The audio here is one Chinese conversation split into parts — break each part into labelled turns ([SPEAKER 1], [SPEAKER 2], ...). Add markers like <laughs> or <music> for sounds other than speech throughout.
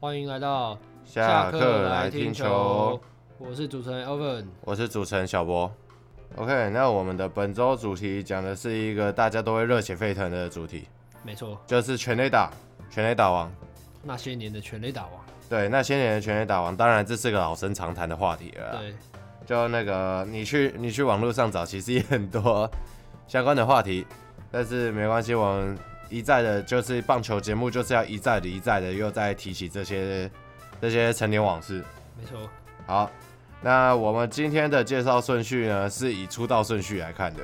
[SPEAKER 1] 欢迎来到
[SPEAKER 2] 下课来听球，，
[SPEAKER 1] 我是主持人 Oven。
[SPEAKER 2] 我是主持人小博。OK，那我们的本周主题讲的是一个大家都会热血沸腾的主题，
[SPEAKER 1] 没错，
[SPEAKER 2] 就是全垒打，全垒打王。
[SPEAKER 1] 那些年的全垒打王，
[SPEAKER 2] 对，那些年的全垒打王，当然这是个老生常谈的话题了啦。
[SPEAKER 1] 对，
[SPEAKER 2] 就那个，你去你去网络上找，其实也很多相关的话题，但是没关系，我们一再的，就是棒球节目就是要一再的、一再的又再提起这些这些陈年往事。
[SPEAKER 1] 没错，
[SPEAKER 2] 好，那我们今天的介绍顺序呢，是以出道顺序来看的。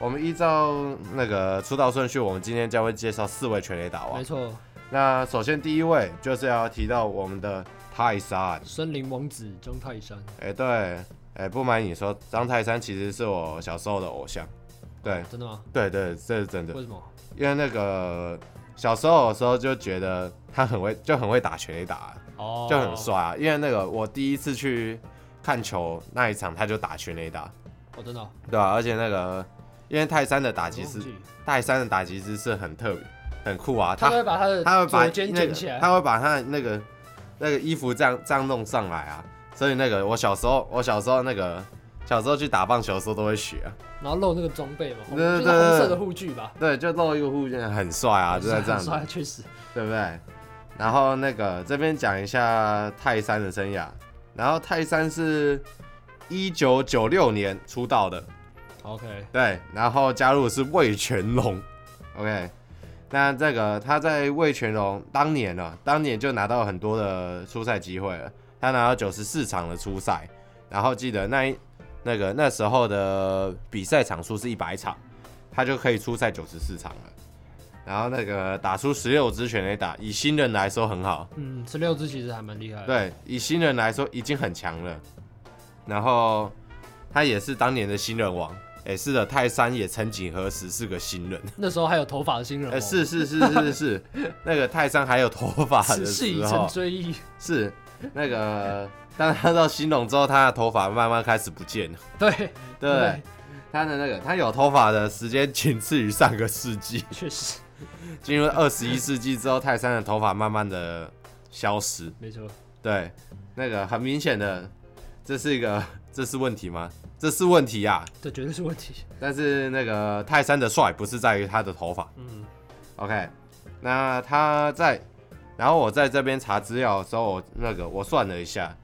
[SPEAKER 2] 我们依照那个出道顺序，我们今天将会介绍四位全垒打王
[SPEAKER 1] 没。错，
[SPEAKER 2] 那首先第一位就是要提到我们的泰山，
[SPEAKER 1] 森林王子张泰山，
[SPEAKER 2] 哎、对，哎、不瞒你说，张泰山其实是我小时候的偶像。对，
[SPEAKER 1] 真的吗？
[SPEAKER 2] 对对，这是真的
[SPEAKER 1] 为，什么？
[SPEAKER 2] 因为那个小时候的时候就觉得他很会，就很会打全垒打、
[SPEAKER 1] 哦
[SPEAKER 2] 就很，帅啊。因为那个我第一次去看球那一场，他就打全垒打，
[SPEAKER 1] 哦，真的哦，
[SPEAKER 2] 对吧、啊而且那个因为泰山的打击
[SPEAKER 1] 我忘
[SPEAKER 2] 是
[SPEAKER 1] 记
[SPEAKER 2] 泰山的打击姿势很特别，很酷啊。
[SPEAKER 1] 他都
[SPEAKER 2] 他
[SPEAKER 1] 会把他的
[SPEAKER 2] 他会把
[SPEAKER 1] 左肩
[SPEAKER 2] 那
[SPEAKER 1] 捡
[SPEAKER 2] 个
[SPEAKER 1] 起来，
[SPEAKER 2] 他会把他的那个那个衣服这样这样弄上来啊。所以那个我小时候我小时候那个小时候去打棒球的时候都会学、啊，
[SPEAKER 1] 然后露那个装备嘛，红
[SPEAKER 2] 对
[SPEAKER 1] 就是
[SPEAKER 2] 对
[SPEAKER 1] 红色
[SPEAKER 2] 对
[SPEAKER 1] 的护具吧，
[SPEAKER 2] 对，就露一个护肩很帅啊，就
[SPEAKER 1] 帅
[SPEAKER 2] 是这样子，
[SPEAKER 1] <laughs> 帅确实，
[SPEAKER 2] 对不对？然后那个这边讲一下泰山的生涯，然后泰山是一九九六年出道的，
[SPEAKER 1] OK，
[SPEAKER 2] 对，然后加入的是魏全龙，OK。那这个他在魏全龙当年呢、当年就拿到很多的出赛机会了，他拿到九十四场的出赛，然后记得那一那个那时候的比赛场数是一百场，他就可以出赛九十四场了。然后那个打出十六支全垒打，以新人来说很好，
[SPEAKER 1] 嗯，十六支其实还蛮厉害的，，
[SPEAKER 2] 对，以新人来说已经很强了。然后他也是当年的新人王，哎、是的，泰山也曾几何时是个新人，
[SPEAKER 1] 那时候还有头发的新人
[SPEAKER 2] 哎、
[SPEAKER 1] 王，
[SPEAKER 2] 是是是是是，那个泰山还有头发
[SPEAKER 1] 此
[SPEAKER 2] 的
[SPEAKER 1] 事
[SPEAKER 2] 时
[SPEAKER 1] 已
[SPEAKER 2] 候
[SPEAKER 1] 成，追忆，
[SPEAKER 2] 是那个，当他到新隆之后，他的头发慢慢开始不见了，
[SPEAKER 1] 对
[SPEAKER 2] 对。他的那个，他有头发的时间仅次于上个世纪。
[SPEAKER 1] 确实
[SPEAKER 2] 进入二十一世纪之后，泰山的头发慢慢的消失。
[SPEAKER 1] 没错，
[SPEAKER 2] 对，那个很明显的，这是一个， <laughs> 这是问题吗？这是问题啊！
[SPEAKER 1] 这绝对是问题，
[SPEAKER 2] 但是那个泰山的帅不是在于他的头发。
[SPEAKER 1] 嗯，
[SPEAKER 2] OK，那他在，然后我在这边查资料的时候，我那个我算了一下，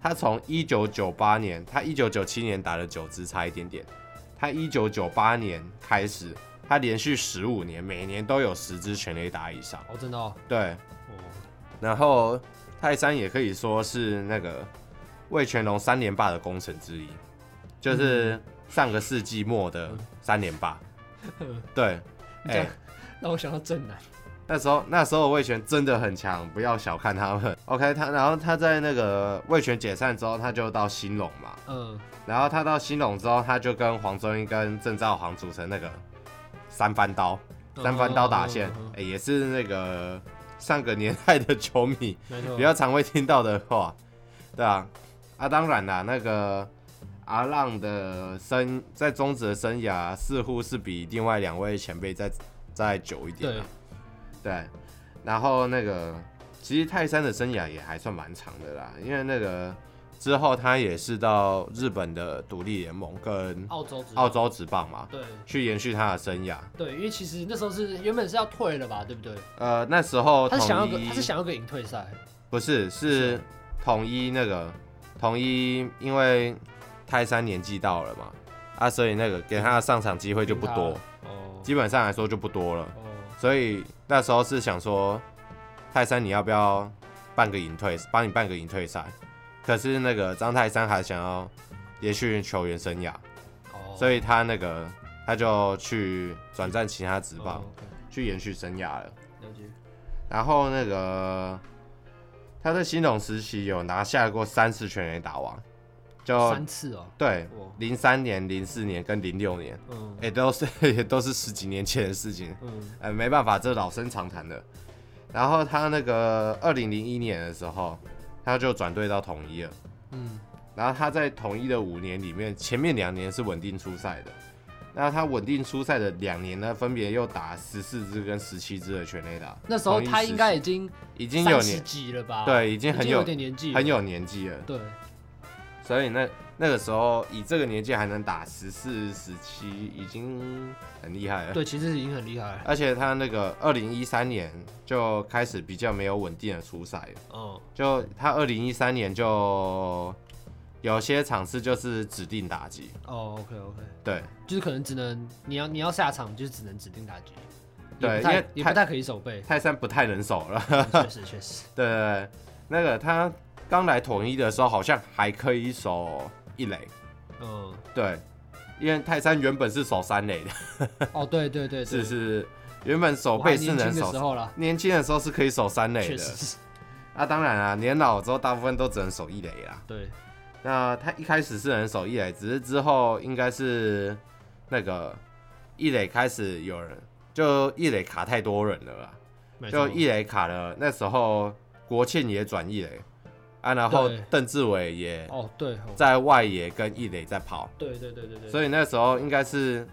[SPEAKER 2] 他从一九九八年，他一九九七年打了九支，差一点点。他一九九八年开始，他连续十五年，每年都有十支全垒打以上。
[SPEAKER 1] 哦，真的哦，
[SPEAKER 2] 对，
[SPEAKER 1] 哦，
[SPEAKER 2] 然后泰山也可以说是那个魏全龙三连霸的功臣之一，
[SPEAKER 1] 嗯
[SPEAKER 2] 就是上个世纪末的三
[SPEAKER 1] <laughs>
[SPEAKER 2] 连霸。对，
[SPEAKER 1] 你嗯
[SPEAKER 2] 哎、
[SPEAKER 1] 这样让我想到正南，
[SPEAKER 2] 那时候那时候魏全真的很强，不要小看他们。OK，他 <laughs> 然后他在那个魏全解散之后，他就到兴隆嘛，
[SPEAKER 1] 嗯，
[SPEAKER 2] 然后他到兴隆之后，他就跟黄宗英跟郑兆航组成那个三番刀，三番刀打线，哎、
[SPEAKER 1] 嗯嗯嗯
[SPEAKER 2] 也是那个上个年代的球迷
[SPEAKER 1] 没错，
[SPEAKER 2] 比较常会听到的话，对啊，啊，当然啦，那个阿浪的生在中职的生涯似乎是比另外两位前辈再再久一点
[SPEAKER 1] 对
[SPEAKER 2] 啊、对，然后那个其实泰山的生涯也还算蛮长的啦，因为那个之后他也是到日本的独立联盟跟
[SPEAKER 1] 澳洲之
[SPEAKER 2] 澳洲职棒嘛，
[SPEAKER 1] 对
[SPEAKER 2] 去延续他的生涯。
[SPEAKER 1] 对，因为其实那时候是原本是要退了吧，对不对？
[SPEAKER 2] 呃，那时候
[SPEAKER 1] 他是想要个
[SPEAKER 2] 统一
[SPEAKER 1] 他是想要个隐退赛，
[SPEAKER 2] 不是，是统一那个统一，因为泰山年纪到了嘛，啊，所以那个给他的上场机会就不多，
[SPEAKER 1] 哦
[SPEAKER 2] 基本上来说就不多了。
[SPEAKER 1] 哦，
[SPEAKER 2] 所以那时候是想说，泰山你要不要办个隐退，帮你办个隐退赛？可是那个张泰山还想要延续球员生涯，
[SPEAKER 1] 哦
[SPEAKER 2] 所
[SPEAKER 1] 以
[SPEAKER 2] 以他那个他就去转战其他职棒，去延续生涯了。
[SPEAKER 1] 了解，
[SPEAKER 2] 然后那个他在新总时期有拿下过三次全垒打王，就
[SPEAKER 1] 三次哦，
[SPEAKER 2] 对，
[SPEAKER 1] 哦，
[SPEAKER 2] 零三年、零四年跟零六年，
[SPEAKER 1] 嗯
[SPEAKER 2] 哎、都是 <laughs> 也都是十几年前的事情，
[SPEAKER 1] 嗯，
[SPEAKER 2] 呃，没办法，这老生常谈的。然后他那个二零零一年的时候，他就转队到统一了。
[SPEAKER 1] 嗯，
[SPEAKER 2] 然后他在统一的五年里面，前面两年是稳定出赛的，那他稳定出赛的两年呢，分别又打十四支跟十七支的全垒打。
[SPEAKER 1] 那时候
[SPEAKER 2] 统一
[SPEAKER 1] 他应该
[SPEAKER 2] 14
[SPEAKER 1] 已经
[SPEAKER 2] 已经有
[SPEAKER 1] 三十
[SPEAKER 2] 年，
[SPEAKER 1] 几了吧？，
[SPEAKER 2] 对，已
[SPEAKER 1] 已
[SPEAKER 2] 经很
[SPEAKER 1] 经
[SPEAKER 2] 有
[SPEAKER 1] 有点年纪了，
[SPEAKER 2] 很有年纪了。
[SPEAKER 1] 对，
[SPEAKER 2] 所以那那个时候以这个年纪还能打十四、十七，已经很厉害了。
[SPEAKER 1] 对，其实已经很厉害了。
[SPEAKER 2] 而且他那个二零一三年就开始比较没有稳定的出赛了，
[SPEAKER 1] 嗯，
[SPEAKER 2] 就他二零一三年就有些场次就是指定打击，
[SPEAKER 1] 哦，OK OK，
[SPEAKER 2] 对
[SPEAKER 1] 就是可能只能你要你要下场，就是只能指定打击，
[SPEAKER 2] 对
[SPEAKER 1] 也不太
[SPEAKER 2] 因为
[SPEAKER 1] 也
[SPEAKER 2] 太，
[SPEAKER 1] 不太可以守备
[SPEAKER 2] 泰山不太能守了， <laughs>
[SPEAKER 1] 确实确实。
[SPEAKER 2] 对对对，那个他刚来统一的时候好像还可以守一垒，
[SPEAKER 1] <laughs> 嗯，
[SPEAKER 2] 对，因为泰山原本是守三垒的，
[SPEAKER 1] 哦，对对对对，
[SPEAKER 2] 是是，原本守
[SPEAKER 1] 我还
[SPEAKER 2] 备是
[SPEAKER 1] 年轻
[SPEAKER 2] 能
[SPEAKER 1] 的时
[SPEAKER 2] 守，
[SPEAKER 1] 候啦，
[SPEAKER 2] 年轻的时候是可以守三垒
[SPEAKER 1] 确
[SPEAKER 2] 的，
[SPEAKER 1] 实是，
[SPEAKER 2] 啊，当然啊，年老之后大部分都只能守一垒啦。
[SPEAKER 1] <laughs> 对，
[SPEAKER 2] 那他一开始是能守一垒，只是之后应该是那个一垒开始有人，就一垒卡太多人了啦，
[SPEAKER 1] 没
[SPEAKER 2] 就
[SPEAKER 1] 错，
[SPEAKER 2] 一垒卡了。那时候国庆也转一垒啊，然后
[SPEAKER 1] 对
[SPEAKER 2] 邓志伟也
[SPEAKER 1] 哦，对哦，
[SPEAKER 2] 在外野跟一垒在跑，
[SPEAKER 1] 对对对对对。
[SPEAKER 2] 所以那时候应该是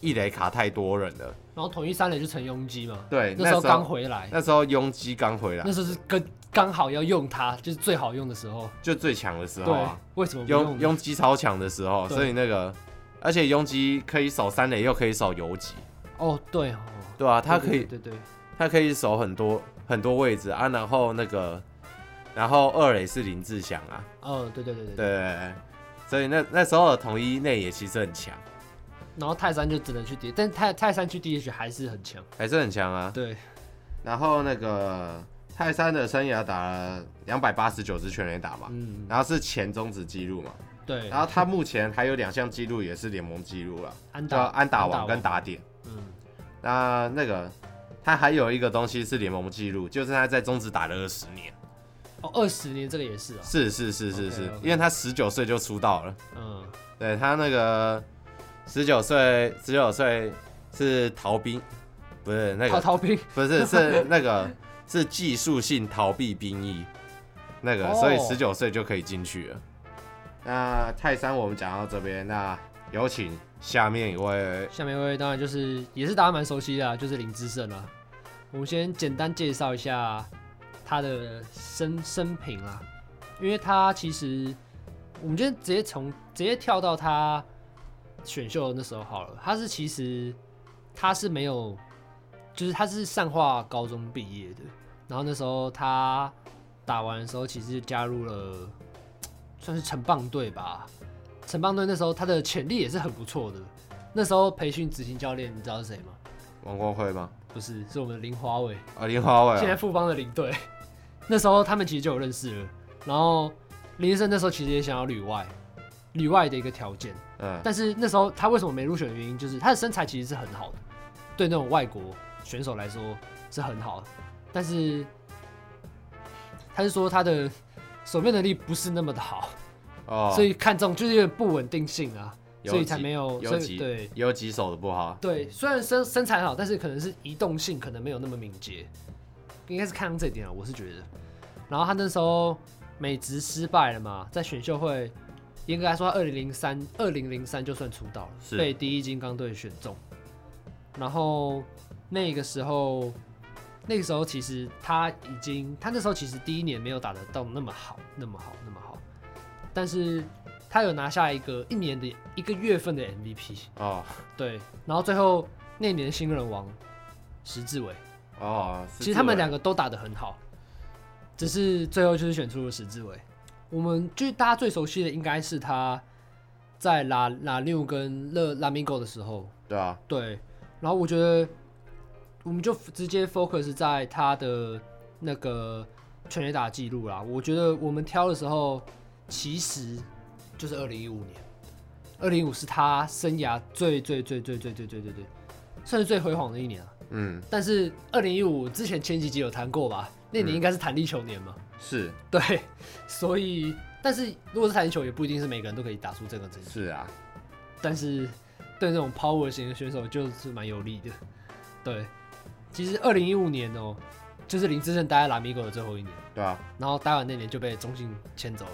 [SPEAKER 2] 一垒卡太多人了。
[SPEAKER 1] 然后统一三垒就陈庸基嘛，
[SPEAKER 2] 对
[SPEAKER 1] 那
[SPEAKER 2] 那
[SPEAKER 1] 时候
[SPEAKER 2] 时候
[SPEAKER 1] 刚回来，
[SPEAKER 2] 那时候拥基刚回来
[SPEAKER 1] 那，时候是跟刚好要用它，就是最好用的时候。
[SPEAKER 2] 就最强的时候
[SPEAKER 1] 对
[SPEAKER 2] 啊，，
[SPEAKER 1] 为什么不
[SPEAKER 2] 拥
[SPEAKER 1] 用？
[SPEAKER 2] 拥基超强的时候，
[SPEAKER 1] 对
[SPEAKER 2] 所以那个而且拥基可以守三垒，又可以守游击。
[SPEAKER 1] 哦，对哦，
[SPEAKER 2] 对啊，他可以
[SPEAKER 1] 对对对，对
[SPEAKER 2] 他可以守很多很多位置啊，然后那个，然后二垒是林志祥啊，
[SPEAKER 1] 嗯，对对对对
[SPEAKER 2] 对
[SPEAKER 1] 对。
[SPEAKER 2] 对对，所以那那时候的统一内野其实很强，
[SPEAKER 1] 然后泰山就只能去 D，但泰泰山去 DH 还是很强。
[SPEAKER 2] 还是很强啊。
[SPEAKER 1] 对，
[SPEAKER 2] 然后那个泰山的生涯打了两百八十九支全垒打嘛，
[SPEAKER 1] 嗯，
[SPEAKER 2] 然后是前中职纪录嘛，
[SPEAKER 1] 对
[SPEAKER 2] 然，后他目前还有两项纪录也是联盟纪录了，啊
[SPEAKER 1] 安
[SPEAKER 2] 叫
[SPEAKER 1] 打，
[SPEAKER 2] 安打
[SPEAKER 1] 安打
[SPEAKER 2] 王
[SPEAKER 1] 王
[SPEAKER 2] 跟打点。
[SPEAKER 1] 嗯，
[SPEAKER 2] 那那个他还有一个东西是联盟纪录，就是他在中职打了二十年。
[SPEAKER 1] 哦，二十年这个也是啊，
[SPEAKER 2] 是是是是是
[SPEAKER 1] OK，OK
[SPEAKER 2] 因为他十九岁就出道了。
[SPEAKER 1] 嗯，
[SPEAKER 2] 对他那个十九岁，十九岁是逃兵，不是那
[SPEAKER 1] 陶
[SPEAKER 2] 个，
[SPEAKER 1] 陶兵，
[SPEAKER 2] 不是是那个是技术性逃避兵役，那个，
[SPEAKER 1] 哦
[SPEAKER 2] 所以十九岁就可以进去了。那泰山我们讲到这边，那有请下面一位，
[SPEAKER 1] 下面一位当然就是也是大家蛮熟悉的、啊，就是林志胜啦、我们先简单介绍一下他的生生平啦、因为他其实我们就直接从直接跳到他选秀那时候好了。他是其实他是没有，就是他是上化高中毕业的，然后那时候他打完的时候，其实就加入了算是城棒队吧。城棒队那时候他的潜力也是很不错的，那时候培训执行教练，你知道是谁吗？
[SPEAKER 2] 王光辉吗？
[SPEAKER 1] 不是，是我们的林华伟，
[SPEAKER 2] 啊，林华伟
[SPEAKER 1] 现在
[SPEAKER 2] 啊，
[SPEAKER 1] 富邦的领队。 <laughs> 那时候他们其实就有认识了，然后林医生那时候其实也想要旅外，旅外的一个条件，
[SPEAKER 2] 嗯，
[SPEAKER 1] 但是那时候他为什么没入选的原因，就是他的身材其实是很好的，对那种外国选手来说是很好的，但是他是说他的守备能力不是那么的好，
[SPEAKER 2] 哦，
[SPEAKER 1] 所以看重就是有点不稳定性啊，所以才没有，
[SPEAKER 2] 有
[SPEAKER 1] 所以
[SPEAKER 2] 几
[SPEAKER 1] 对。
[SPEAKER 2] 有几手的不好，
[SPEAKER 1] 对，虽然身身材很好，但是可能是移动性可能没有那么敏捷，应该是看上这一点啊，我是觉得。然后他那时候美职失败了嘛，在选秀会，严格来说，二零零三二零零三就算出道了，
[SPEAKER 2] 是
[SPEAKER 1] 被第一金刚队选中。然后那个时候，那个时候其实他已经，他那时候其实第一年没有打得到那么好，那么好，那么好，但是他有拿下一个一年的一个月份的 MVP。
[SPEAKER 2] 哦
[SPEAKER 1] 对，然后最后那年新人王石志伟，
[SPEAKER 2] 哦，
[SPEAKER 1] 其
[SPEAKER 2] 是
[SPEAKER 1] 实他们
[SPEAKER 2] 志伟
[SPEAKER 1] 两个都打得很好，只是最后就是选出了石志伟。我们就是大家最熟悉的应该是他在拉拉六跟勒拉米狗的时候，
[SPEAKER 2] 对啊，
[SPEAKER 1] 对，然后我觉得我们就直接 focus 在他的那个全垒打记录啦。我觉得我们挑的时候，其实就是二零一五年，二零一五是他生涯最最最最最最最最最算是最辉煌的一年啊。
[SPEAKER 2] 嗯，
[SPEAKER 1] 但是二零一五之前前几集有谈过吧？那年应该是弹力球年嘛？
[SPEAKER 2] 是
[SPEAKER 1] 对， <laughs> 所以但是如果是弹力球，也不一定是每个人都可以打出这个成绩。
[SPEAKER 2] 是啊，
[SPEAKER 1] 但是对那种 power 型的选手就是蛮有利的。对，其实二零一五年哦、就是林志胜待在拉米狗的最后一年，
[SPEAKER 2] 对啊，
[SPEAKER 1] 然后待完那年就被中信签走，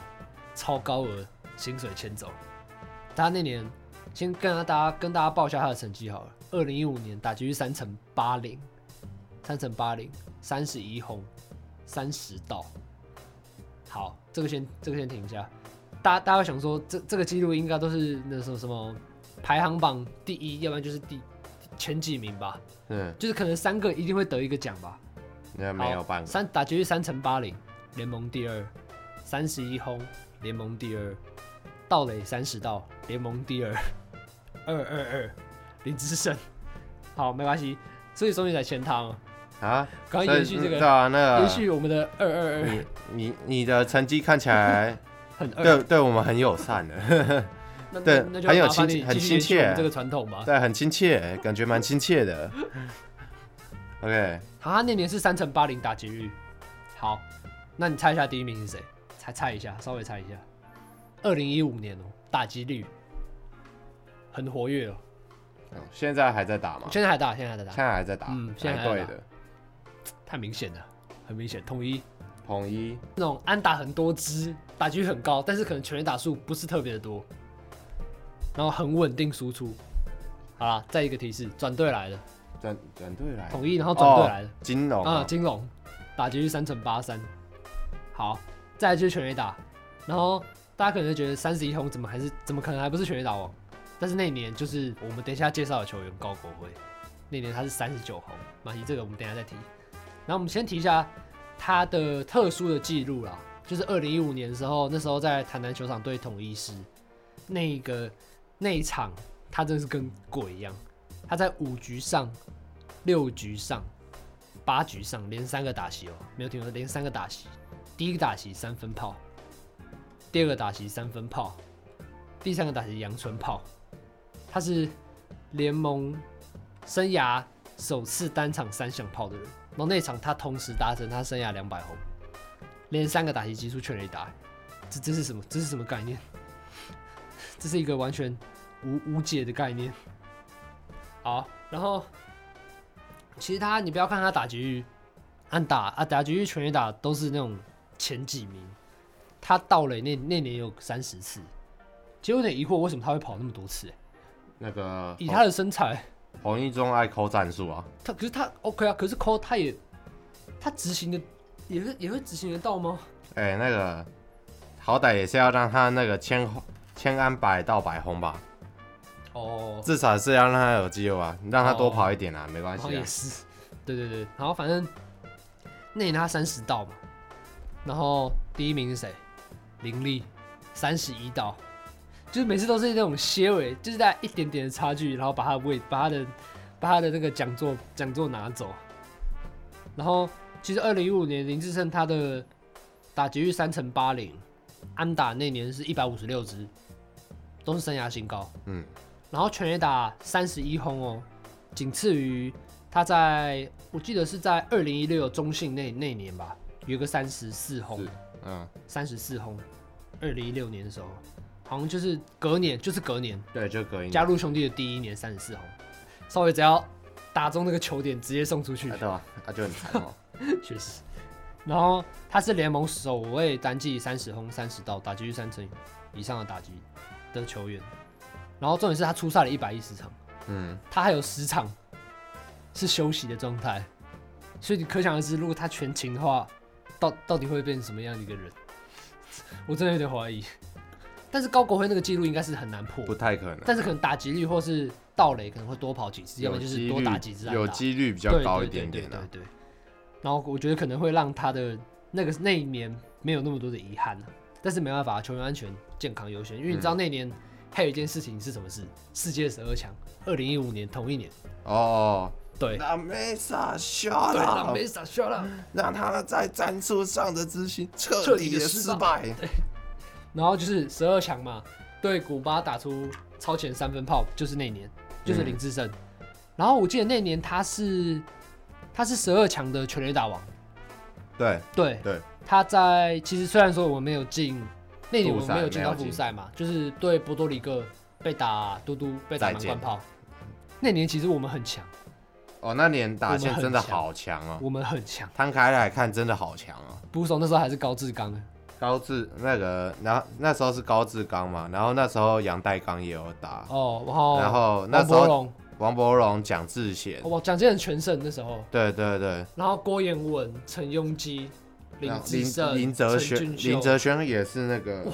[SPEAKER 1] 超高额薪水签走。他那年先跟大家跟大家报一下他的成绩好了。二零一五年打击率三乘八零，三乘八零，三十一轰，三十盗。好，这个先这个先停一下。大家大家想说，这这个记录应该都是那什么什么排行榜第一，要不然就是第前几名吧，
[SPEAKER 2] 嗯，
[SPEAKER 1] 就是可能三个一定会得一个奖吧。
[SPEAKER 2] 那没有办法。
[SPEAKER 1] 三打击率三乘八零，联盟第二，三十一轰，联盟第二，盗垒三十道，联盟第二，二二二，林志胜，好，没关系，所以终于才签他嘛，
[SPEAKER 2] 啊，
[SPEAKER 1] 赶快
[SPEAKER 2] 所以
[SPEAKER 1] 延续这个
[SPEAKER 2] 嗯对啊，那
[SPEAKER 1] 延
[SPEAKER 2] 个
[SPEAKER 1] 续我们的二二二，
[SPEAKER 2] 你你你的成绩看
[SPEAKER 1] <laughs>
[SPEAKER 2] 起来
[SPEAKER 1] 很二，
[SPEAKER 2] 对对我们很友善的，
[SPEAKER 1] 那
[SPEAKER 2] 对
[SPEAKER 1] 那那就
[SPEAKER 2] 很有
[SPEAKER 1] 麻烦
[SPEAKER 2] 亲
[SPEAKER 1] 你
[SPEAKER 2] 很
[SPEAKER 1] 继续
[SPEAKER 2] 亲
[SPEAKER 1] 延续我们
[SPEAKER 2] 切
[SPEAKER 1] 这个传统吧。
[SPEAKER 2] 对，很亲切，感觉蛮亲切的。OK，
[SPEAKER 1] 好，他那年是三乘八零打击率，好，那你猜一下第一名是谁？猜猜一下，稍微猜一下，二零一五年哦、打击率很活跃哦、
[SPEAKER 2] 现在还在打吗？
[SPEAKER 1] 现在还打，现在还在
[SPEAKER 2] 现
[SPEAKER 1] 打，
[SPEAKER 2] 在还在打，
[SPEAKER 1] 嗯现在还在
[SPEAKER 2] 对
[SPEAKER 1] 打
[SPEAKER 2] 的。
[SPEAKER 1] 太明显了，很明显。统一
[SPEAKER 2] 统一，
[SPEAKER 1] 那种安打很多支，打击率很高，但是可能全垒打数不是特别的多，然后很稳定输出。好啦，再一个提示，转队来的，
[SPEAKER 2] 转转队来，
[SPEAKER 1] 统一然后转队来的，
[SPEAKER 2] 金融
[SPEAKER 1] 啊，
[SPEAKER 2] 啊，
[SPEAKER 1] 金龙打击率三乘八三，好，再来就是全垒打，然后大家可能觉得三十一轰怎么还是怎么可能还不是全垒打王？但是那一年就是我们等一下介绍的球员高国辉，那年他是三十九轰，马西这个我们等一下再提。然后我们先提一下他的特殊的记录啦，就是二零一五年的时候，那时候在台南球场对统一师那个那一场，他真的是跟鬼一样，他在五局上、六局上八局上连三个打席哦，没有听说连三个打席。第一个打席三分炮，第二个打席三分炮，第三个打席阳春炮。他是联盟生涯首次单场三响炮的人，然后那场他同时达成他生涯两百轰，连三个打席击出全垒打，这这是什么？这是什么概念？ <laughs> 这是一个完全无无解的概念。 <laughs> 好，然后其实他，你不要看他打击率，按打啊打击率全垒打都是那种前几名，他盗垒那那年有三十次，其实我有点疑惑为什么他会跑那么多次、欸
[SPEAKER 2] 那个
[SPEAKER 1] 以他的身材，
[SPEAKER 2] 红一中爱抠战术啊，
[SPEAKER 1] 他可是他 OK 啊，可是 call 他也他执行的也会也会执行得到吗？
[SPEAKER 2] 哎、那个好歹也是要让他那个千红千安百到百红吧，
[SPEAKER 1] 哦，
[SPEAKER 2] 至少是要让他有机会吧，让他多
[SPEAKER 1] 哦
[SPEAKER 2] 跑一点啊，没关
[SPEAKER 1] 然后
[SPEAKER 2] 系
[SPEAKER 1] 也
[SPEAKER 2] 啊。
[SPEAKER 1] 是，对对对，然后反正那年他三十道嘛，然后第一名是谁？林立，三十一道，就是每次都是那种些尾，就是在一点点的差距，然后把他的位，把他的把他的那个讲座讲座拿走。然后其实二零一五年林志胜他的打击率三乘八零，安打那年是一百五十六支，都是生涯新高。
[SPEAKER 2] 嗯，
[SPEAKER 1] 然后全垒打三十一轰哦，仅次于他在我记得是在二零一六中信那那年吧，有个三十四轰
[SPEAKER 2] 是，嗯，
[SPEAKER 1] 三十四轰，二零一六年的时候，好像就是隔年，就是隔年
[SPEAKER 2] 对，就隔音。
[SPEAKER 1] 加入兄弟的第一年三十四轰，稍微只要打中那个球点，直接送出去
[SPEAKER 2] 啊，，对吧？啊，就很惨
[SPEAKER 1] <laughs>
[SPEAKER 2] 哦。
[SPEAKER 1] 确实。然后他是联盟首位单季三十轰、三十盗、打击率三成以上的打击的球员。然后重点是他出赛了一百一十场。
[SPEAKER 2] 嗯，
[SPEAKER 1] 他还有十场是休息的状态，所以你可想而知，如果他全勤的话，到到底会变成什么样的一个人？我真的有点怀疑。但是高国辉那个记录应该是很难破，
[SPEAKER 2] 不太可能。
[SPEAKER 1] 但是可能打击率或是盗垒可能会多跑几次，要不
[SPEAKER 2] 有
[SPEAKER 1] 然就
[SPEAKER 2] 几
[SPEAKER 1] 是
[SPEAKER 2] 率
[SPEAKER 1] 多打几次安打
[SPEAKER 2] 有几率比较
[SPEAKER 1] 对
[SPEAKER 2] 高
[SPEAKER 1] 对
[SPEAKER 2] 一
[SPEAKER 1] 对
[SPEAKER 2] 点点
[SPEAKER 1] 对
[SPEAKER 2] 啊。
[SPEAKER 1] 对对然后我觉得可能会让他的那个那一年没有那么多的遗憾、啊、但是没办法，球员安全健康优先，因为你知道
[SPEAKER 2] 嗯
[SPEAKER 1] 那年还有一件事情是什么事？世界十二强，二零一五年同一年，
[SPEAKER 2] 哦，
[SPEAKER 1] 对。
[SPEAKER 2] 那梅萨笑
[SPEAKER 1] 对，
[SPEAKER 2] 了
[SPEAKER 1] 让，梅萨笑了。
[SPEAKER 2] 让他在战术上的执行
[SPEAKER 1] 彻
[SPEAKER 2] 彻
[SPEAKER 1] 底
[SPEAKER 2] 底
[SPEAKER 1] 地
[SPEAKER 2] 的
[SPEAKER 1] 失
[SPEAKER 2] 失败。
[SPEAKER 1] 然后就是十二强嘛，对古巴打出超前三分炮，就是那年，就是
[SPEAKER 2] 嗯
[SPEAKER 1] 林志胜。然后我记得那年他是他是十二强的全垒打王，
[SPEAKER 2] 对
[SPEAKER 1] 对
[SPEAKER 2] 对，
[SPEAKER 1] 他在其实虽然说我们没有进那年我
[SPEAKER 2] 复
[SPEAKER 1] 们
[SPEAKER 2] 赛
[SPEAKER 1] 没有进到
[SPEAKER 2] 没有进
[SPEAKER 1] 复赛嘛，就是对波多黎各被打嘟嘟被打
[SPEAKER 2] 再
[SPEAKER 1] 满
[SPEAKER 2] 见
[SPEAKER 1] 贯炮，那年其实我们很强，
[SPEAKER 2] 哦，那年打
[SPEAKER 1] 我们
[SPEAKER 2] 线
[SPEAKER 1] 很
[SPEAKER 2] 真的
[SPEAKER 1] 强
[SPEAKER 2] 好强哦。
[SPEAKER 1] 我们很强。
[SPEAKER 2] 摊开来看，真的好强哦。
[SPEAKER 1] 捕手那时候还是高志刚，
[SPEAKER 2] 高志那个，然后那时候是高志刚嘛，然后那时候杨代刚也有打，
[SPEAKER 1] 哦，然后
[SPEAKER 2] 然后那
[SPEAKER 1] 王
[SPEAKER 2] 时
[SPEAKER 1] 伯
[SPEAKER 2] 候
[SPEAKER 1] 荣，
[SPEAKER 2] 王伯荣、蒋志贤，
[SPEAKER 1] 哦，蒋介石全胜那时候，
[SPEAKER 2] 对对对，
[SPEAKER 1] 然后郭彦文、陈庸基、
[SPEAKER 2] 然
[SPEAKER 1] 林
[SPEAKER 2] 后
[SPEAKER 1] 志胜、
[SPEAKER 2] 林哲
[SPEAKER 1] 陈
[SPEAKER 2] 轩，
[SPEAKER 1] 俊秀
[SPEAKER 2] 林哲轩也是那个
[SPEAKER 1] 哇，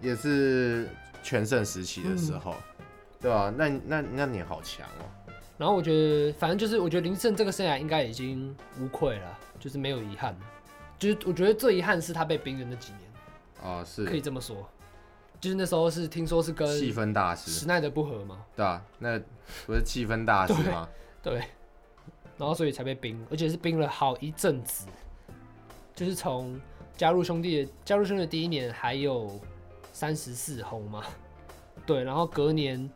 [SPEAKER 2] 也是全盛时期的时候，
[SPEAKER 1] 嗯
[SPEAKER 2] 对吧、啊？那那那你好强哦、
[SPEAKER 1] 然后我觉得，反正就是，我觉得林胜这个生涯应该已经无愧了，就是没有遗憾。就是我觉得最遗憾是他被冰人那几年，
[SPEAKER 2] 哦，
[SPEAKER 1] 可以呃
[SPEAKER 2] 是
[SPEAKER 1] 这么说。就是那时候是听说是跟
[SPEAKER 2] 气氛大师，
[SPEAKER 1] 史奈德不合嘛，
[SPEAKER 2] 对啊，那不是气氛大师
[SPEAKER 1] 对
[SPEAKER 2] 吗？
[SPEAKER 1] 对，然后所以才被冰，而且是冰了好一阵子，就是从加入兄弟的加入兄弟的第一年还有三十四轰嘛，对，然后隔年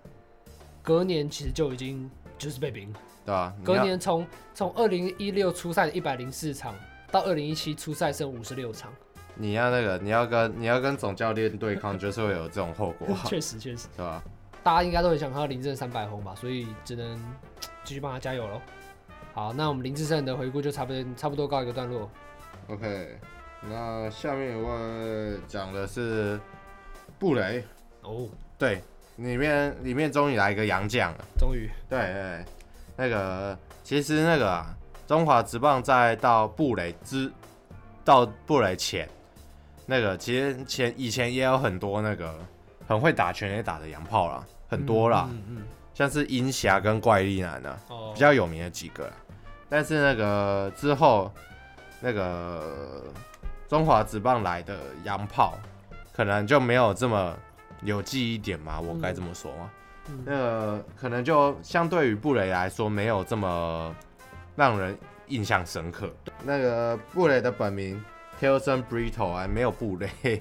[SPEAKER 1] 隔年其实就已经就是被冰了。
[SPEAKER 2] 对啊，你
[SPEAKER 1] 隔
[SPEAKER 2] 要
[SPEAKER 1] 年从从二零一六初赛的一百零四场到二零一七初赛剩五十六场，
[SPEAKER 2] 你要那个，你要跟你要跟总教练对抗，就是会有这种后
[SPEAKER 1] <laughs>
[SPEAKER 2] 果，
[SPEAKER 1] 确实确实，
[SPEAKER 2] 对吧、
[SPEAKER 1] 大家应该都很想看到林志胜三百轰吧，所以只能继续帮他加油喽。好，那我们林志胜的回顾就差不多差不多告一个段落。
[SPEAKER 2] OK，那下面有位讲的是布雷，
[SPEAKER 1] 哦，
[SPEAKER 2] 对，里面里面终于来一个洋将了。
[SPEAKER 1] 终于，
[SPEAKER 2] 对对，那个其实那个、啊、中华职棒在到布雷之到布雷前，那个其实前以前也有很多那个很会打全垒打的洋炮啦，很多啦，
[SPEAKER 1] 嗯嗯，嗯
[SPEAKER 2] 像是鹰侠跟怪力男啊，
[SPEAKER 1] 哦，
[SPEAKER 2] 比较有名的几个啦。但是那个之后，那个中华职棒来的洋炮，可能就没有这么有记忆点嘛，我该这么说吗？
[SPEAKER 1] 嗯
[SPEAKER 2] 那个可能就相对于布雷来说，没有这么让人印象深刻。那个布雷的本名 Tilson Brito 还没有布
[SPEAKER 1] <laughs>
[SPEAKER 2] 雷。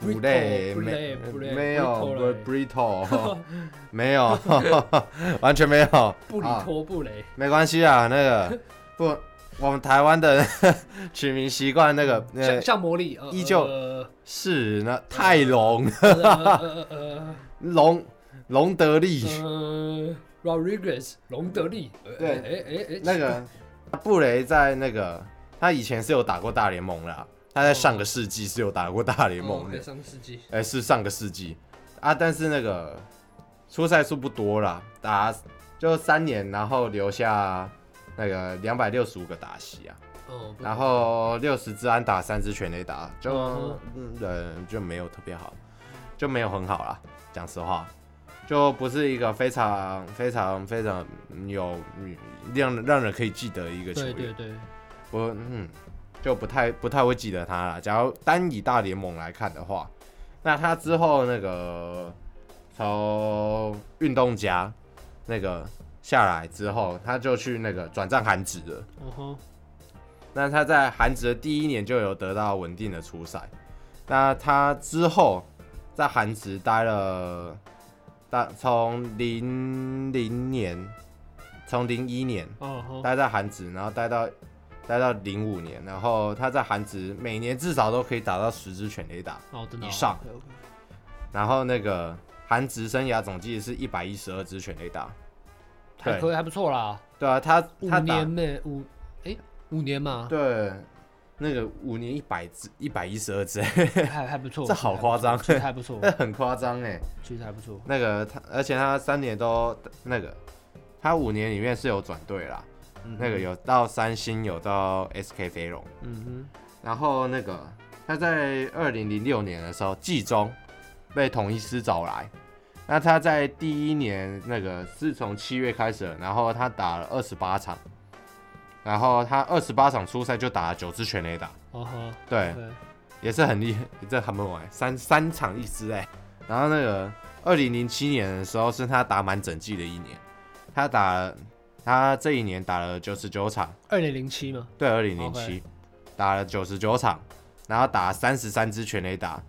[SPEAKER 2] 布雷
[SPEAKER 1] Brito，
[SPEAKER 2] 没
[SPEAKER 1] Brito，哎
[SPEAKER 2] 没有
[SPEAKER 1] <laughs>
[SPEAKER 2] Brito，
[SPEAKER 1] Brito
[SPEAKER 2] 没有， <laughs> 完全没有。
[SPEAKER 1] 布里
[SPEAKER 2] 啊
[SPEAKER 1] 托布雷，
[SPEAKER 2] 没关系啊，那个不，我们台湾的 <laughs> 取名习惯那个
[SPEAKER 1] 像
[SPEAKER 2] 呃
[SPEAKER 1] 像魔力，呃
[SPEAKER 2] 依旧
[SPEAKER 1] 呃
[SPEAKER 2] 是那泰隆
[SPEAKER 1] 呃呃呃
[SPEAKER 2] 隆隆德利
[SPEAKER 1] 呃呃，Rodriguez 隆德利，呃
[SPEAKER 2] 对
[SPEAKER 1] 哎哎哎，
[SPEAKER 2] 那个布雷在那个他以前是有打过大联盟啦，他在上个世纪是有打过大联
[SPEAKER 1] 哦
[SPEAKER 2] 盟的
[SPEAKER 1] 对，上个世纪，
[SPEAKER 2] 哎、是上个世纪啊，但是那个出赛数不多啦，打就三年，然后留下那个两百六十五个打席啊。
[SPEAKER 1] 哦，不
[SPEAKER 2] 然后六十支安打，三支全垒打，就
[SPEAKER 1] 嗯
[SPEAKER 2] 嗯呃就没有特别好，就没有很好啦。讲实话，就不是一个非常非常非常有嗯让让人可以记得一个球
[SPEAKER 1] 对
[SPEAKER 2] 员。
[SPEAKER 1] 对对，
[SPEAKER 2] 我嗯就不太不太会记得他了。假如单以大联盟来看的话，那他之后那个从运动家那个下来之后，他就去那个转战韩职了。
[SPEAKER 1] 嗯哼，
[SPEAKER 2] 那他在韩职的第一年就有得到稳定的出赛，那他之后在韩职待了，大从零零年，从零一年
[SPEAKER 1] 哦哼，
[SPEAKER 2] 待在韩职，然后待到待到零五年，然后他在韩职每年至少都可以打到十支全垒打，
[SPEAKER 1] 哦，真的哦
[SPEAKER 2] 以上
[SPEAKER 1] OK，OK
[SPEAKER 2] 然后那个韩职生涯总计是一百一十二支全垒打，
[SPEAKER 1] 还
[SPEAKER 2] 对
[SPEAKER 1] 可以，还不错啦，
[SPEAKER 2] 对啊，他
[SPEAKER 1] 五
[SPEAKER 2] 他打
[SPEAKER 1] 年呢，五哎五年嘛，
[SPEAKER 2] 对那个五年一百支一百一十二支，
[SPEAKER 1] 还还不错，
[SPEAKER 2] <laughs> 这好夸张
[SPEAKER 1] 其实还不错，
[SPEAKER 2] <laughs> 那很夸张哎。
[SPEAKER 1] 其实还不错，
[SPEAKER 2] 那个他，而且他三年都那个，他五年里面是有转队啦，
[SPEAKER 1] 嗯
[SPEAKER 2] 那个，有到三星，有到 SK 飞龙，
[SPEAKER 1] 嗯
[SPEAKER 2] 然后那个他在二零零六年的时候，季中被统一师找来，那他在第一年那个是从七月开始的，然后他打了二十八场，然后他二十八场初赛就打了九支全垒打，
[SPEAKER 1] 哼，哦呵，
[SPEAKER 2] 对，
[SPEAKER 1] 对，
[SPEAKER 2] 也是很厉害，这很猛哎，三三场一支哎。然后那个二零零七年的时候是他打满整季的一年，他打了他这一年打了九十九场，
[SPEAKER 1] 二零零七嘛，
[SPEAKER 2] 对，二零零七打了九十九场，然后打三十三支全垒打，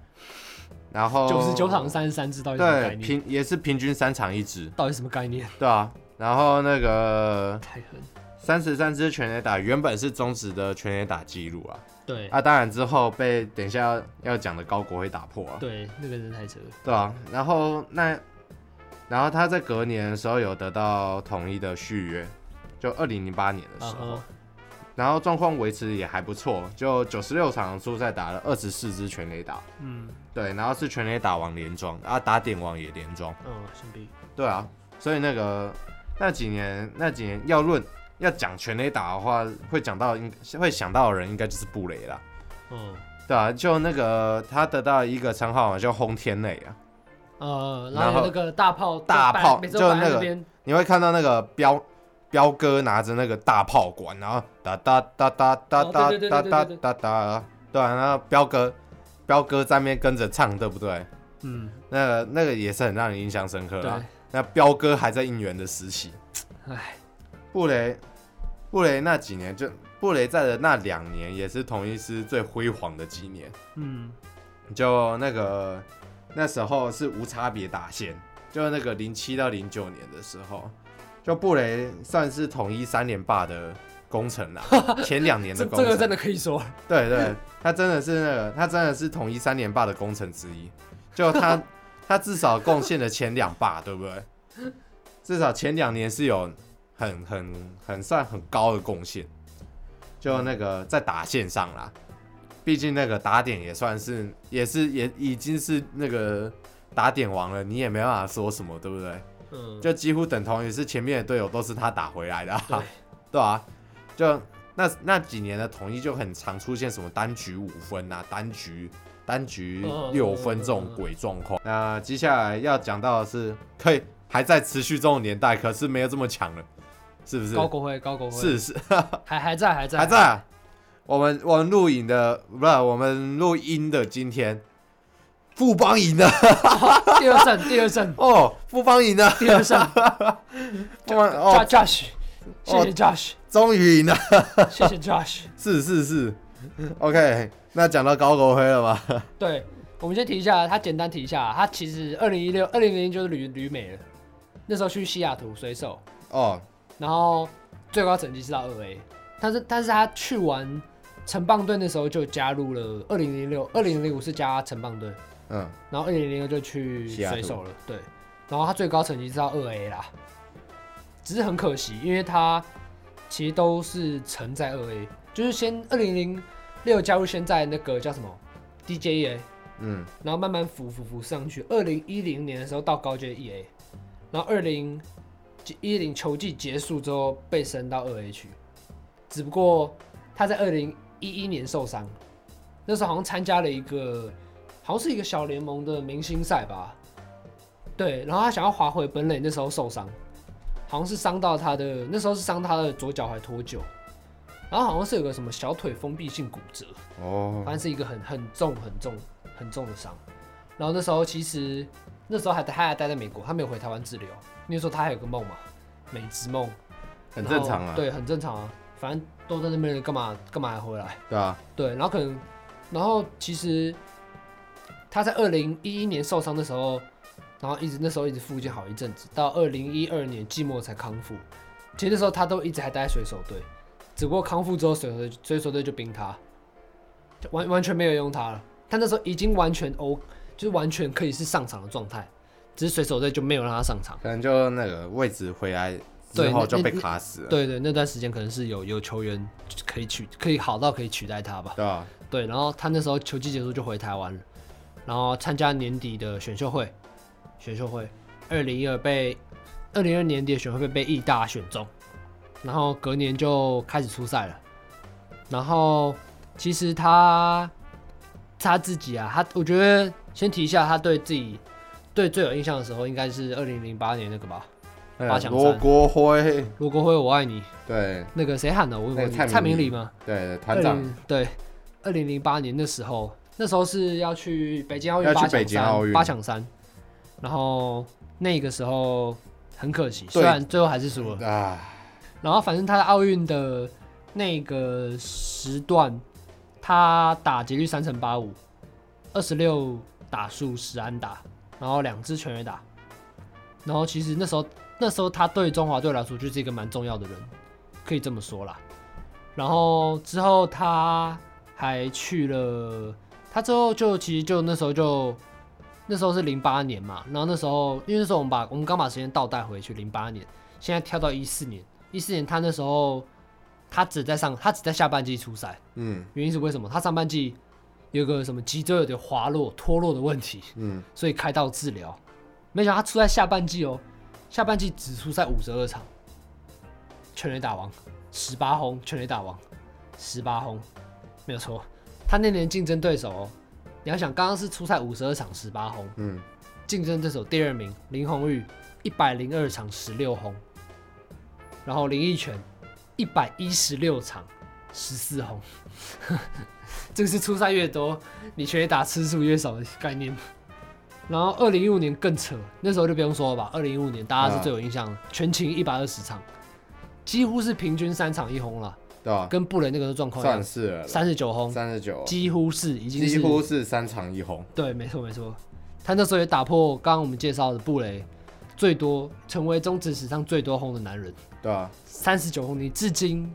[SPEAKER 2] 然后
[SPEAKER 1] 九十九场三十三支，到底什么概
[SPEAKER 2] 哦对
[SPEAKER 1] 念？
[SPEAKER 2] 平也是平均三场一支，
[SPEAKER 1] 到底什么概念？ <laughs>
[SPEAKER 2] 对啊。然后那个
[SPEAKER 1] 太狠，
[SPEAKER 2] 三十三支全垒打原本是中职的全垒打记录啊，
[SPEAKER 1] 对
[SPEAKER 2] 啊，当然之后被等一下要要讲的高国会打破啊。
[SPEAKER 1] 对，那个人太扯了，
[SPEAKER 2] 对啊，然后那，然后他在隔年的时候有得到统一的续约，就二零零八年的时候，
[SPEAKER 1] 啊哈
[SPEAKER 2] 然后状况维持得也还不错，就九十六场初赛打了二十四支全垒打，
[SPEAKER 1] 嗯
[SPEAKER 2] 对，然后是全垒打王连庄，啊，打点王也连庄，
[SPEAKER 1] 嗯，兄弟，
[SPEAKER 2] 对啊，所以那个那几年那几年要论要讲全垒打的话，会讲到应会想到的人应该就是布雷啦，
[SPEAKER 1] 嗯
[SPEAKER 2] 对啊，就那个他得到一个称号嘛，叫轰天垒啊，
[SPEAKER 1] 呃，
[SPEAKER 2] 然
[SPEAKER 1] 然后
[SPEAKER 2] 后
[SPEAKER 1] 有那个大炮
[SPEAKER 2] 大
[SPEAKER 1] 摆
[SPEAKER 2] 炮
[SPEAKER 1] 每周
[SPEAKER 2] 就
[SPEAKER 1] 摆在
[SPEAKER 2] 那个
[SPEAKER 1] 边，
[SPEAKER 2] 你会看到那个彪彪哥拿着那个大炮管，然后哒哒哒哒哒
[SPEAKER 1] 哦
[SPEAKER 2] 哒哒哒哒哒，对啊，然后彪哥彪哥在那边跟着唱，对不对？
[SPEAKER 1] 嗯，
[SPEAKER 2] 那个那个也是很让人印象深刻
[SPEAKER 1] 对，
[SPEAKER 2] 的。那彪哥还在应援的时期，
[SPEAKER 1] 唉，
[SPEAKER 2] 布雷布雷那几年就布雷在的那两年也是同一师最辉煌的几年，
[SPEAKER 1] 嗯
[SPEAKER 2] 就那个那时候是无差别打线，就那个零七到零九年的时候，就布雷算是统一三连霸的工
[SPEAKER 1] <laughs>
[SPEAKER 2] 程啦，前两年
[SPEAKER 1] 这
[SPEAKER 2] 的
[SPEAKER 1] 这
[SPEAKER 2] 工程，
[SPEAKER 1] 个真的可以
[SPEAKER 2] <laughs>
[SPEAKER 1] 说，
[SPEAKER 2] 对对，他真的是那个，他真的是统一三连霸的功臣之一。就他， <laughs> 他至少贡献了前两霸，对不对？至少前两年是有很很很算很高的贡献。就那个在打线上啦，毕竟那个打点也算是也是也已经是那个打点王了，你也没办法说什么，对不对？
[SPEAKER 1] 嗯，
[SPEAKER 2] 就几乎等同于是前面的队友都是他打回来的、啊
[SPEAKER 1] 对，
[SPEAKER 2] <laughs> 对啊，就那那几年的统一就很常出现什么单局五分啊、单局单
[SPEAKER 1] 嗯
[SPEAKER 2] 局六分这种鬼状况。那接下来要讲到的是，可以还在持续这种年代，可是没有这么强了，是不是？
[SPEAKER 1] 高国辉，高国辉，
[SPEAKER 2] 是是
[SPEAKER 1] 还还在还在
[SPEAKER 2] 还在
[SPEAKER 1] <laughs>
[SPEAKER 2] 啊、我们我们录影的不是啊我们录音的今天，富邦赢了
[SPEAKER 1] 第二胜，第二胜，
[SPEAKER 2] 哦，富邦赢了，
[SPEAKER 1] 第二胜
[SPEAKER 2] 富邦 <laughs> 哦，
[SPEAKER 1] ，Josh Josh，谢谢 Josh，
[SPEAKER 2] 终于赢了。
[SPEAKER 1] 谢
[SPEAKER 2] <laughs>
[SPEAKER 1] 谢 Josh。
[SPEAKER 2] 是是是，OK，那讲到高国辉了吧？
[SPEAKER 1] 对，我们先提一下，他简单提一下，他其实二零一六、二零零就是旅旅美了，那时候去西雅图水手，
[SPEAKER 2] 哦，
[SPEAKER 1] 然后最高成绩是到二 A，但是但是他去完城棒队那时候就加入了二零零六、二零零五是加城棒队，
[SPEAKER 2] 嗯，
[SPEAKER 1] 然后二零零六就去
[SPEAKER 2] 西雅图
[SPEAKER 1] 水手了，对，然后他最高成绩是到二 A 啦，只是很可惜，因为他其实都是沉在二 A，就是先二零零六加入现在那个叫什么 DJA。
[SPEAKER 2] 嗯，
[SPEAKER 1] 然后慢慢浮浮浮上去。二零一零年的时候到高阶 EA，然后二零一零球季结束之后被升到二 A 去，只不过他在二零一一年受伤，那时候好像参加了一个，好像是一个小联盟的明星赛吧，对，然后他想要滑回本垒，那时候受伤，好像是伤到他的，那时候是伤他的左脚踝脱臼，然后好像是有个什么小腿封闭性骨折。
[SPEAKER 2] 哦，
[SPEAKER 1] 反正是一个很很重、很重、很重的伤。然后那时候其实那时候还他还待在美国，他没有回台湾治疗。那时候他还有个梦嘛，美职梦，
[SPEAKER 2] 很
[SPEAKER 1] 然后
[SPEAKER 2] 正常啊，
[SPEAKER 1] 对，很正常啊。反正都在那边了，干嘛干嘛还回来？
[SPEAKER 2] 对啊，
[SPEAKER 1] 对，然后可能，然后其实他在二零一一年受伤的时候，然后一直那时候一直复健好一阵子，到二零一二年季末才康复。其实那时候他都一直还待在水手队，只不过康复之后水手队水手队就冰他，就完完全没有用他了。他那时候已经完全 O，就是完全可以是上场的状态，只是水手队就没有让他上场。
[SPEAKER 2] 可能就那个位置回来之
[SPEAKER 1] 对
[SPEAKER 2] 后
[SPEAKER 1] 那
[SPEAKER 2] 就
[SPEAKER 1] 那
[SPEAKER 2] 被卡死了，
[SPEAKER 1] 对对，那段时间可能是有有球员可以取可以好到可以取代他吧。
[SPEAKER 2] 对啊，
[SPEAKER 1] 对，然后他那时候球季结束就回台湾了，然后参加年底的选秀会，选秀会，二零一二被二零二年底的选秀会被义大选中，然后隔年就开始出赛了，然后其实他他自己啊，他我觉得先提一下他对自己对最有印象的时候，应该是二零零八年那个吧，
[SPEAKER 2] 那
[SPEAKER 1] 八
[SPEAKER 2] 个
[SPEAKER 1] 强
[SPEAKER 2] 罗
[SPEAKER 1] 赛
[SPEAKER 2] 国辉，
[SPEAKER 1] 罗国辉我爱你，
[SPEAKER 2] 对
[SPEAKER 1] 那个谁喊的？我
[SPEAKER 2] 那
[SPEAKER 1] 我
[SPEAKER 2] 个蔡
[SPEAKER 1] 蔡
[SPEAKER 2] 明
[SPEAKER 1] 明
[SPEAKER 2] 礼
[SPEAKER 1] 礼吗？
[SPEAKER 2] 对，
[SPEAKER 1] 二
[SPEAKER 2] 团长
[SPEAKER 1] 零对，二零零八年的时候，那时候是要去北京奥运
[SPEAKER 2] 要去
[SPEAKER 1] 八强
[SPEAKER 2] 北京奥
[SPEAKER 1] 三，
[SPEAKER 2] 运
[SPEAKER 1] 八强三，然后那个时候很可惜，
[SPEAKER 2] 对
[SPEAKER 1] 虽然最后还是输了。
[SPEAKER 2] 啊，
[SPEAKER 1] 然后反正他在奥运的那个时段，他打劫率三乘八五，二十六打数十安打，然后两支全垒打。然后其实那时候那时候他对中华队来说就是一个蛮重要的人，可以这么说啦。然后之后他还去了，他之后就其实就那时候就那时候是零八年嘛，然后那时候因为那时候我们把我们刚把时间倒带回去零八年，现在跳到一四年，一四年他那时候他只在上，他只在下半季出赛，
[SPEAKER 2] 嗯
[SPEAKER 1] 原因是为什么？他上半季有个什么脊椎有点滑落、脱落的问题，
[SPEAKER 2] 嗯，
[SPEAKER 1] 所以开刀治疗。没想到他出在下半季哦，下半季只出赛五十二场，全垒打王，十八轰，全垒打王，十八轰，没有错。他那年竞争对手哦，你要想刚刚是出赛五十二场十八轰，
[SPEAKER 2] 嗯，
[SPEAKER 1] 竞争对手第二名林红玉一百零二场十六轰，然后林奕泉一百一十六场十四轰， <laughs> 这个是出赛越多，你全垒打次数越少的概念吗。然后二零一五年更扯，那时候就不用说了吧。二零一五年大
[SPEAKER 2] 啊
[SPEAKER 1] 家是最有印象的，全勤一百二十场，几乎是平均三场一轰了，
[SPEAKER 2] 对吧？
[SPEAKER 1] 跟布雷那个状况一
[SPEAKER 2] 啊算
[SPEAKER 1] 样，
[SPEAKER 2] 是了啦，
[SPEAKER 1] 三十九轰，
[SPEAKER 2] 三十九，
[SPEAKER 1] 几乎是已经是
[SPEAKER 2] 几乎是三场一红。
[SPEAKER 1] 对，没错没错，他那时候也打破刚刚我们介绍的布雷最多，成为中职史上最多轰的男人，
[SPEAKER 2] 对吧？
[SPEAKER 1] 三十九轰，你至今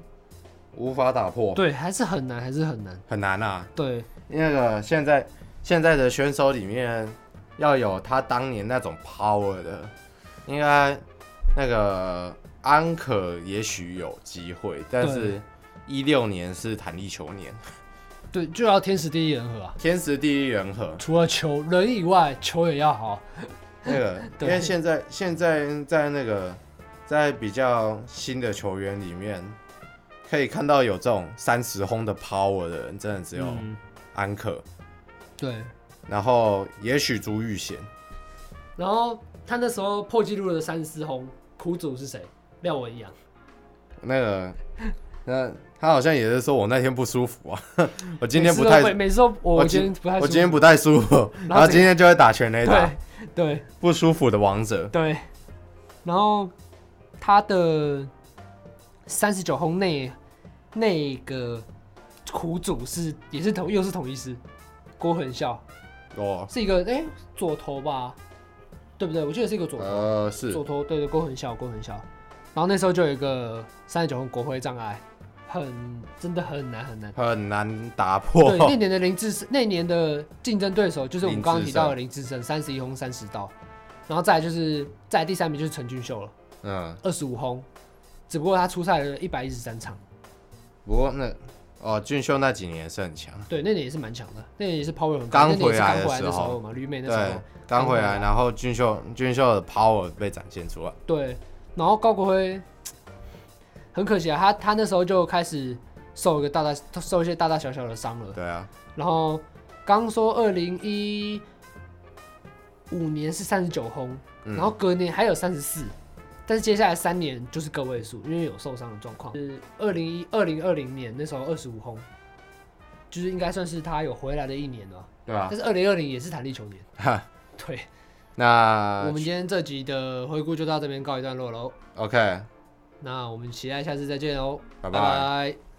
[SPEAKER 2] 无法打破，
[SPEAKER 1] 对还是很难，还是很难。
[SPEAKER 2] 很难啊。
[SPEAKER 1] 对，
[SPEAKER 2] 那个现在现在的选手里面，要有他当年那种 power 的，应该那个安可也许有机会，但是一六年是弹力球年，
[SPEAKER 1] 对，就要天时地利人和啊。
[SPEAKER 2] 天时地利人和。
[SPEAKER 1] 除了球人以外，球也要好。
[SPEAKER 2] 那个
[SPEAKER 1] <laughs>
[SPEAKER 2] 因
[SPEAKER 1] 对
[SPEAKER 2] 为现在现在在那个在比较新的球员里面，可以看到有这种三十轰的 power 的人，真的只有
[SPEAKER 1] 嗯，
[SPEAKER 2] 安可，
[SPEAKER 1] 对。
[SPEAKER 2] 然后也许朱玉贤，
[SPEAKER 1] 然后他那时候破纪录的三十四轰，苦主是谁？廖文阳。<laughs>
[SPEAKER 2] 那个，那他好像也是说我那天不舒服啊，我今天不太
[SPEAKER 1] 每次都，会每次都我
[SPEAKER 2] 我
[SPEAKER 1] 我
[SPEAKER 2] 今
[SPEAKER 1] 今天不太舒服，
[SPEAKER 2] 我今天不太舒服，
[SPEAKER 1] 然后
[SPEAKER 2] 然后今天就会打全垒打，
[SPEAKER 1] 对对。
[SPEAKER 2] 不舒服的王者，
[SPEAKER 1] 对，然后他的三十九轰内那个苦主是也是同又是同一师郭恒孝，
[SPEAKER 2] 哦，
[SPEAKER 1] 是一个哎、左投吧，对不对？我记得是一个左投，
[SPEAKER 2] 呃，是
[SPEAKER 1] 左投对对郭恒孝郭恒孝。然后那时候就有一个三十九轰国徽障碍，很真的很难很难。
[SPEAKER 2] 很难打
[SPEAKER 1] 对，那
[SPEAKER 2] 破，
[SPEAKER 1] 年的林志胜，那年的竞争对手就是我们刚刚提到的林志胜，三十一轰三十刀，然后再来就是再来第三名就是陈俊秀了。
[SPEAKER 2] 嗯，
[SPEAKER 1] 二十五轰，只不过他出赛了一百一十三场，
[SPEAKER 2] 不过那哦，俊秀那几年是很强，
[SPEAKER 1] 对，那年也是蛮强的，那年也是 power 很高，
[SPEAKER 2] 刚
[SPEAKER 1] 那年也是
[SPEAKER 2] 回来
[SPEAKER 1] 刚
[SPEAKER 2] 的
[SPEAKER 1] 回来的
[SPEAKER 2] 时
[SPEAKER 1] 时
[SPEAKER 2] 候
[SPEAKER 1] 候嘛，旅美那时
[SPEAKER 2] 对
[SPEAKER 1] 候，，刚
[SPEAKER 2] 刚回
[SPEAKER 1] 回
[SPEAKER 2] 来，
[SPEAKER 1] 来
[SPEAKER 2] 然后俊秀俊秀的 power 被展现出来，
[SPEAKER 1] 对，然后高国辉很可惜啊，他他那时候就开始受一个大大受一些大大小小的伤了，
[SPEAKER 2] 对啊，
[SPEAKER 1] 然后刚说二零一五年是三十九轰，
[SPEAKER 2] 嗯
[SPEAKER 1] 然后隔年还有三十四。但是接下来三年就是个位数，因为有受伤的状况。是二零一二零二零年那时候二十五轰，就是应该算是他有回来的一年了。
[SPEAKER 2] 对吧
[SPEAKER 1] 但？是二零二零也是弹力球年。
[SPEAKER 2] 啊哈啊
[SPEAKER 1] 对，我
[SPEAKER 2] 那
[SPEAKER 1] 们今天这集的回顾就到这边告一段落喽。
[SPEAKER 2] OK，
[SPEAKER 1] 那我们期待下次再见哦，
[SPEAKER 2] 拜
[SPEAKER 1] 拜
[SPEAKER 2] 拜。
[SPEAKER 1] 拜